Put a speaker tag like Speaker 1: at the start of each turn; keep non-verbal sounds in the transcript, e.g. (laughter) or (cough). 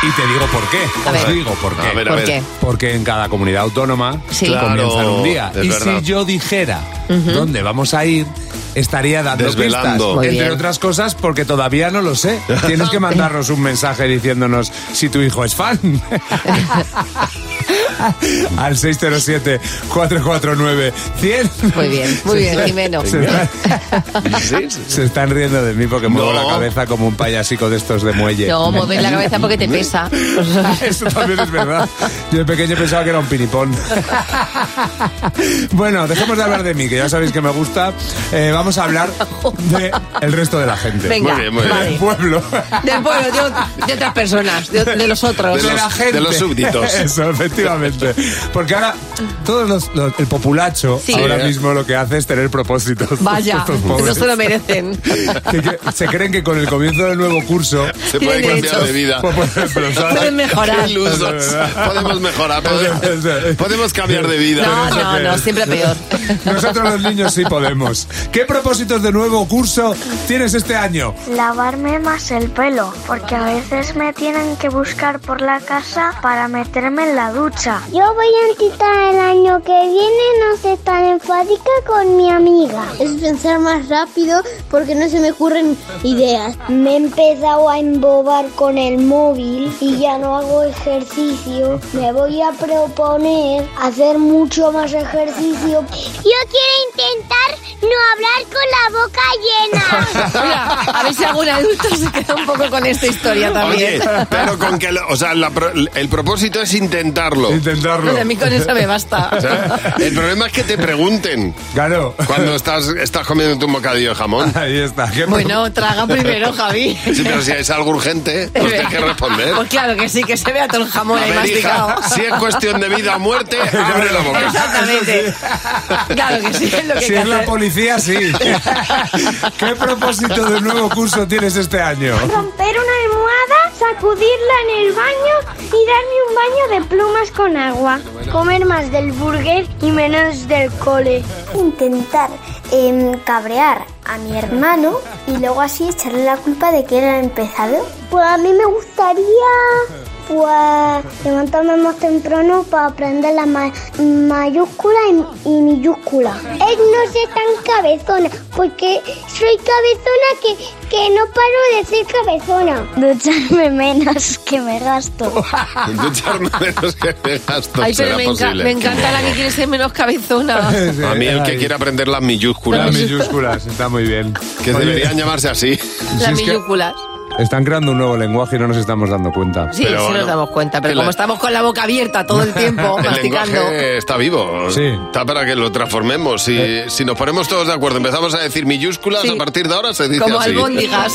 Speaker 1: Y te digo por qué.
Speaker 2: A
Speaker 1: Os
Speaker 2: ver.
Speaker 1: digo por qué.
Speaker 3: A ver, a
Speaker 2: ¿Por
Speaker 3: ver.
Speaker 2: qué?
Speaker 1: Porque en cada comunidad autónoma
Speaker 2: Sí.
Speaker 1: comienzan
Speaker 3: Claro,
Speaker 1: un día.
Speaker 3: es
Speaker 1: Y
Speaker 3: verdad.
Speaker 1: si yo dijera dónde vamos a ir, estaría dando
Speaker 3: Desvelando.
Speaker 1: pistas.
Speaker 2: Muy
Speaker 1: entre
Speaker 2: bien.
Speaker 1: otras cosas, porque todavía no lo sé. Tienes
Speaker 2: (laughs)
Speaker 1: que mandarnos un mensaje diciéndonos si tu hijo es fan.
Speaker 2: (laughs)
Speaker 1: Al 607-449-100.
Speaker 2: Muy bien, muy bien, Jimeno.
Speaker 1: Se están,
Speaker 3: (laughs) Sí,
Speaker 2: (laughs)
Speaker 3: sí.
Speaker 1: se están riendo de mí porque muevo
Speaker 3: No.
Speaker 1: la cabeza como un payasico de estos de muelle.
Speaker 3: (laughs)
Speaker 2: No, mover la cabeza porque te pesa.
Speaker 1: (laughs) Eso también es verdad. Yo de pequeño pensaba que era un pinipón. (laughs) Bueno, dejemos de hablar de mí, que ya sabéis que me gusta. Eh, vamos a hablar de el resto de la gente.
Speaker 2: Venga,
Speaker 3: Muy bien, muy
Speaker 2: vale.
Speaker 1: Del pueblo. (laughs)
Speaker 2: Del pueblo, de, ot- de otras personas, de, de los otros.
Speaker 3: De los-
Speaker 1: la gente.
Speaker 3: de los súbditos.
Speaker 1: Eso, efectivamente. Porque ahora todos los, los- el populacho
Speaker 2: Sí.
Speaker 1: ahora
Speaker 3: Sí.
Speaker 1: mismo lo que hace es tener propósitos. (laughs)
Speaker 3: (laughs)
Speaker 2: Vaya,
Speaker 1: Estos
Speaker 2: no
Speaker 1: pobres.
Speaker 2: se lo merecen.
Speaker 1: Que- que se creen que con el comienzo del nuevo curso
Speaker 3: Se puede
Speaker 2: Tienen
Speaker 3: cambiar de
Speaker 2: derechos.
Speaker 3: vida.
Speaker 1: pues, por ejemplo, ¿sabes?
Speaker 2: Pueden mejorar.
Speaker 3: (laughs) Qué ilusos. Podemos mejorar, podemos, podemos cambiar de vida.
Speaker 2: No, no,
Speaker 1: que-
Speaker 2: no, siempre peor.
Speaker 1: Nosotros los niños sí podemos. ¿Qué propósitos de nuevo curso tienes este año?
Speaker 4: Lavarme más el pelo, porque a veces me tienen que buscar por la casa para meterme en la ducha.
Speaker 5: Yo voy a intentar el año que viene no ser tan enfática con mi amiga. Es pensar más rápido porque no se me ocurren ideas. Me he empezado a embobar con el móvil y ya no hago ejercicio. Me voy a proponer hacer mucho más ejercicio. Yo quiero intentar no hablar con la boca llena.
Speaker 2: Mira, a ver si algún adulto se queda un poco con esta historia
Speaker 3: Oye,
Speaker 2: también.
Speaker 3: pero con que, lo- o sea, la pro- el propósito es
Speaker 2: Oh.
Speaker 3: intentarlo.
Speaker 1: Intentarlo.
Speaker 2: Bueno, Pues a mí con eso me basta.
Speaker 3: O sea, el problema es que te pregunten
Speaker 1: Claro. (laughs)
Speaker 3: cuando estás, estás comiendo un bocadillo
Speaker 2: (laughs)
Speaker 3: de jamón.
Speaker 1: Ahí está. ¿Qué
Speaker 2: Bueno, traga primero, Javi.
Speaker 3: Sí, pero si es algo urgente, pues tienes que responder.
Speaker 2: Pues claro que sí, que se vea todo el jamón
Speaker 3: A
Speaker 2: ahí
Speaker 3: ver, hija,
Speaker 2: masticado.
Speaker 3: si es cuestión de vida o
Speaker 1: (laughs)
Speaker 3: muerte, abre la boca.
Speaker 2: Exactamente. Claro que sí, es lo que hay
Speaker 1: Si
Speaker 2: que
Speaker 1: es la
Speaker 2: hacer.
Speaker 1: policía,
Speaker 2: (laughs)
Speaker 1: sí. ¿Qué propósito de nuevo curso tienes este año?
Speaker 5: romper una almohada, sacudirla en el baño y darme un baño de plumas con agua. Comer más del burger y menos del cole.
Speaker 6: intentar em, cabrear a mi hermano y luego así echarle la culpa de que él ha empezado.
Speaker 5: Pues a mí me gustaría pues levantarme más temprano para aprender la ma- mayúscula y, y minúscula. Es no ser tan cabezona, porque soy cabezona que, que no paro de ser cabezona.
Speaker 6: Ducharme menos que me gasto.
Speaker 3: Ducharme menos que me gasto.
Speaker 2: Ay,
Speaker 3: Pues
Speaker 2: pero
Speaker 3: será
Speaker 2: me, enca-
Speaker 3: posible.
Speaker 2: me encanta la que quiere ser menos
Speaker 3: (laughs)
Speaker 2: cabezona.
Speaker 3: A mí el que
Speaker 1: Ay,
Speaker 3: quiera aprender las mayúsculas,
Speaker 1: Las mayúsculas, está muy bien.
Speaker 3: que
Speaker 1: Oye,
Speaker 3: deberían llamarse así.
Speaker 1: si
Speaker 2: Las
Speaker 1: es que
Speaker 2: minúsculas.
Speaker 1: Están creando un nuevo lenguaje y no nos estamos dando cuenta.
Speaker 2: Sí,
Speaker 3: Pero
Speaker 2: sí
Speaker 3: bueno,
Speaker 2: nos damos cuenta, pero
Speaker 3: el-
Speaker 2: como estamos con la boca abierta todo el tiempo,
Speaker 3: (laughs) El
Speaker 2: masticando.
Speaker 3: lenguaje está vivo.
Speaker 1: Sí. Eh.
Speaker 3: Está para que lo transformemos. Si, si nos ponemos todos de acuerdo, empezamos a decir mayúsculas,
Speaker 2: Sí.
Speaker 3: a partir de ahora se dice
Speaker 2: Como
Speaker 3: así.
Speaker 2: albóndigas.